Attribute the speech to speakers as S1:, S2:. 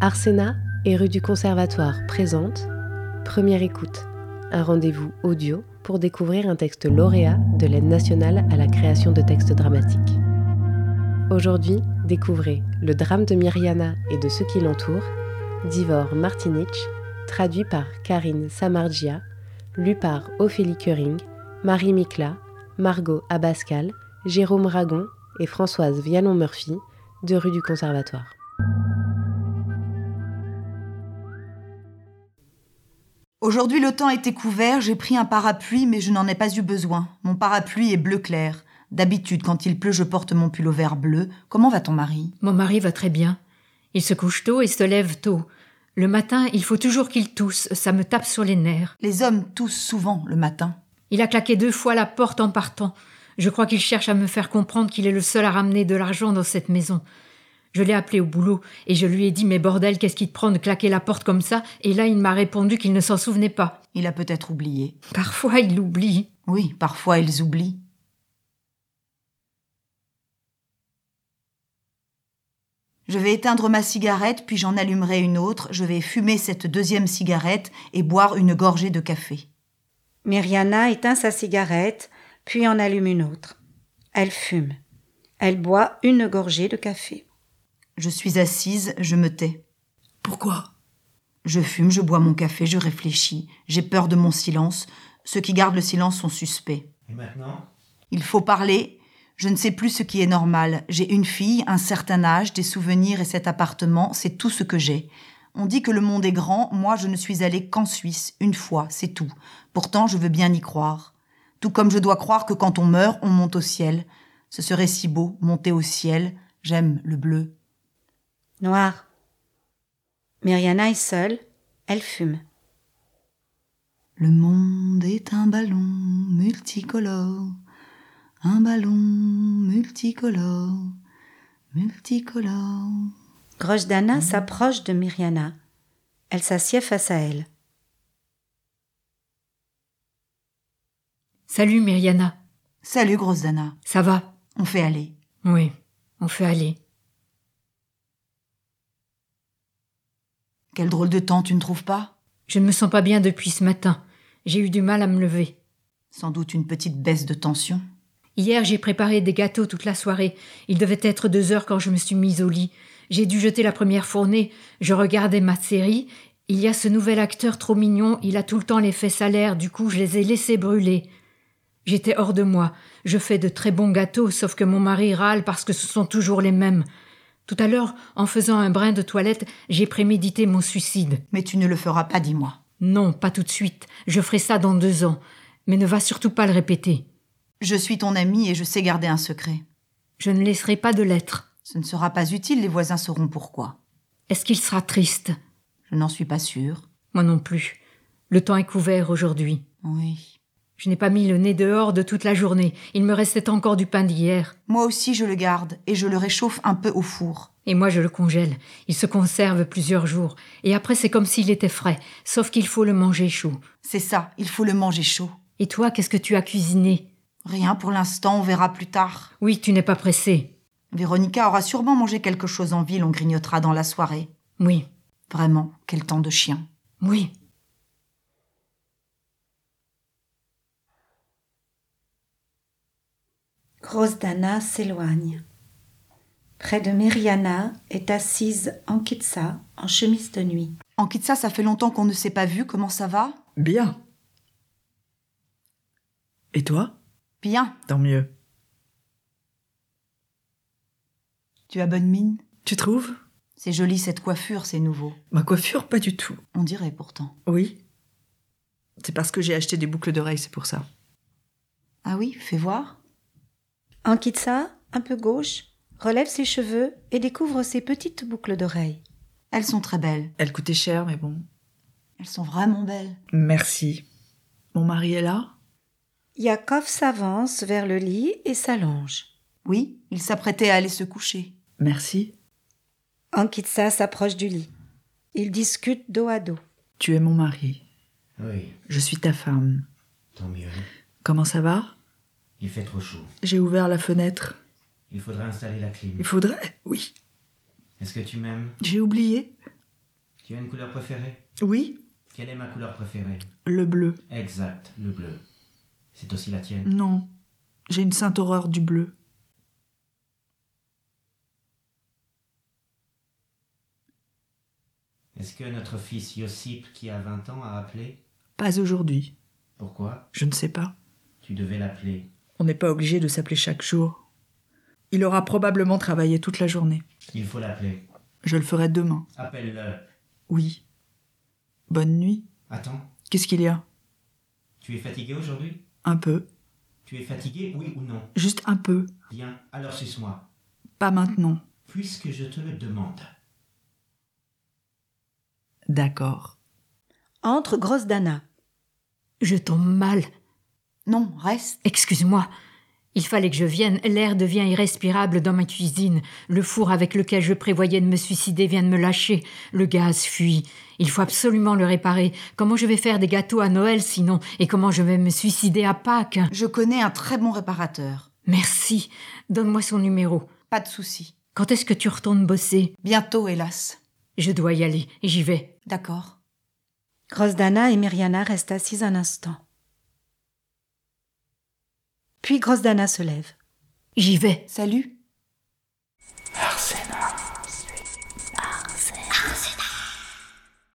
S1: Arsena et rue du Conservatoire présente Première écoute, un rendez-vous audio pour découvrir un texte lauréat de l'aide nationale à la création de textes dramatiques. Aujourd'hui, découvrez le drame de Myriana et de ceux qui l'entourent, Divor Martinich, traduit par Karine Samargia, lu par Ophélie Curing, Marie Mikla, Margot Abascal, Jérôme Ragon et Françoise Vialon-Murphy de rue du Conservatoire.
S2: Aujourd'hui, le temps était couvert, j'ai pris un parapluie, mais je n'en ai pas eu besoin. Mon parapluie est bleu clair. D'habitude, quand il pleut, je porte mon pull au vert bleu. Comment va ton mari
S3: Mon mari va très bien. Il se couche tôt et se lève tôt. Le matin, il faut toujours qu'il tousse, ça me tape sur les nerfs.
S2: Les hommes toussent souvent le matin.
S3: Il a claqué deux fois la porte en partant. Je crois qu'il cherche à me faire comprendre qu'il est le seul à ramener de l'argent dans cette maison. Je l'ai appelé au boulot et je lui ai dit Mais bordel, qu'est-ce qui te prend de claquer la porte comme ça Et là, il m'a répondu qu'il ne s'en souvenait pas.
S2: Il a peut-être oublié.
S3: Parfois, il oublie.
S2: Oui, parfois ils oublient. Je vais éteindre ma cigarette, puis j'en allumerai une autre. Je vais fumer cette deuxième cigarette et boire une gorgée de café.
S4: Myriana éteint sa cigarette, puis en allume une autre. Elle fume. Elle boit une gorgée de café.
S2: Je suis assise, je me tais.
S5: Pourquoi
S2: Je fume, je bois mon café, je réfléchis. J'ai peur de mon silence. Ceux qui gardent le silence sont suspects.
S6: Et maintenant
S2: Il faut parler. Je ne sais plus ce qui est normal. J'ai une fille, un certain âge, des souvenirs et cet appartement, c'est tout ce que j'ai. On dit que le monde est grand, moi je ne suis allée qu'en Suisse, une fois, c'est tout. Pourtant je veux bien y croire. Tout comme je dois croire que quand on meurt, on monte au ciel. Ce serait si beau, monter au ciel. J'aime le bleu.
S4: Noir. Myriana est seule, elle fume.
S2: Le monde est un ballon multicolore, un ballon multicolore, multicolore.
S4: Grosdana s'approche de Myriana. Elle s'assied face à elle.
S3: Salut, Myriana.
S2: Salut, grosse Dana.
S3: Ça va
S2: On fait aller.
S3: Oui, on fait aller.
S2: Quel drôle de temps, tu ne trouves pas
S3: Je ne me sens pas bien depuis ce matin. J'ai eu du mal à me lever.
S2: Sans doute une petite baisse de tension.
S3: Hier, j'ai préparé des gâteaux toute la soirée. Il devait être deux heures quand je me suis mise au lit. J'ai dû jeter la première fournée. Je regardais ma série. Il y a ce nouvel acteur trop mignon. Il a tout le temps les fesses à l'air. Du coup, je les ai laissés brûler. J'étais hors de moi. Je fais de très bons gâteaux, sauf que mon mari râle parce que ce sont toujours les mêmes. Tout à l'heure, en faisant un brin de toilette, j'ai prémédité mon suicide.
S2: Mais tu ne le feras pas, dis-moi.
S3: Non, pas tout de suite. Je ferai ça dans deux ans. Mais ne va surtout pas le répéter.
S2: Je suis ton amie et je sais garder un secret.
S3: Je ne laisserai pas de lettres.
S2: Ce ne sera pas utile, les voisins sauront pourquoi.
S3: Est-ce qu'il sera triste
S2: Je n'en suis pas sûre.
S3: Moi non plus. Le temps est couvert aujourd'hui.
S2: Oui.
S3: Je n'ai pas mis le nez dehors de toute la journée. Il me restait encore du pain d'hier.
S2: Moi aussi, je le garde et je le réchauffe un peu au four.
S3: Et moi, je le congèle. Il se conserve plusieurs jours. Et après, c'est comme s'il était frais. Sauf qu'il faut le manger chaud.
S2: C'est ça, il faut le manger chaud.
S3: Et toi, qu'est-ce que tu as cuisiné
S2: Rien pour l'instant, on verra plus tard.
S3: Oui, tu n'es pas pressée.
S2: Véronica aura sûrement mangé quelque chose en ville, on grignotera dans la soirée.
S3: Oui,
S2: Vraiment, quel temps de chien.
S3: oui.
S4: Grosdana s'éloigne. Près de Myriana est assise Ankitsa en chemise de nuit.
S2: En quitte ça, ça fait longtemps qu'on ne s'est pas vu, comment ça va
S5: Bien. Et toi
S2: Bien,
S5: Tant mieux.
S2: tu as bonne mine.
S5: Tu trouves
S2: C'est joli cette coiffure, c'est nouveau.
S5: Ma coiffure, pas du tout.
S2: On dirait pourtant.
S5: Oui. C'est parce que j'ai acheté des boucles d'oreilles, c'est pour ça.
S2: Ah oui, fais voir.
S4: Ankitsa, un peu gauche, relève ses cheveux et découvre ses petites boucles d'oreilles.
S2: Elles sont très belles.
S5: Elle coûtait cher, mais bon.
S2: Elles sont vraiment belles.
S5: Merci. Mon mari est là
S4: Yakov s'avance vers le lit et s'allonge.
S2: Oui, il s'apprêtait à aller se coucher.
S5: Merci.
S4: Ankitsa s'approche du lit. Ils discutent dos à dos.
S5: Tu es mon mari.
S6: Oui,
S5: Je suis ta femme.
S6: tant mieux.
S5: Comment ça va
S6: Il fait trop chaud.
S5: J'ai ouvert la fenêtre.
S6: Il faudra installer la clim.
S5: Il faudrait Oui.
S6: Est-ce que tu m'aimes
S5: J'ai oublié.
S6: Tu as une couleur préférée
S5: Oui,
S6: Quelle est ma couleur préférée
S5: le bleu.
S6: Exact, le bleu. C'est aussi la tienne.
S5: Non, j'ai une sainte horreur du bleu.
S6: Est-ce que notre fils Yossip, qui a 20 ans, a appelé
S7: Pas aujourd'hui.
S6: Pourquoi
S7: Je ne sais pas.
S6: Tu devais l'appeler.
S7: On n'est pas obligé de s'appeler chaque jour. Il aura probablement travaillé toute la journée.
S6: Il faut l'appeler.
S7: Je le ferai demain.
S6: Appelle-le.
S7: Oui. Bonne nuit.
S6: Attends,
S7: Qu'est-ce qu'il y a
S6: tu es fatigué aujourd'hui
S7: Un peu.
S6: Tu es fatigué, oui ou non
S7: Juste un peu.
S6: Bien, alors suce-moi.
S7: Pas maintenant.
S6: Puisque je te le demande.
S7: D'accord.
S4: Entre grosse Dana.
S3: Je tombe mal.
S2: Non, reste.
S3: Excuse-moi. Il fallait que je vienne. L'air devient irrespirable dans ma cuisine. Le four avec lequel je prévoyais de me suicider vient de me lâcher. Le gaz fuit. Il faut absolument le réparer. Comment je vais faire des gâteaux à Noël sinon Et comment je vais me suicider à Pâques
S2: Je connais un très bon réparateur.
S3: Merci. Donne-moi son numéro.
S2: Pas de souci.
S3: Quand est-ce que tu retournes bosser
S2: Bientôt, hélas.
S3: Je dois y aller. J'y vais.
S2: D'accord.
S4: Grosse Dana et Myriana restent assises un instant. Puis Grosse Dana se lève.
S3: J'y vais.
S2: Salut.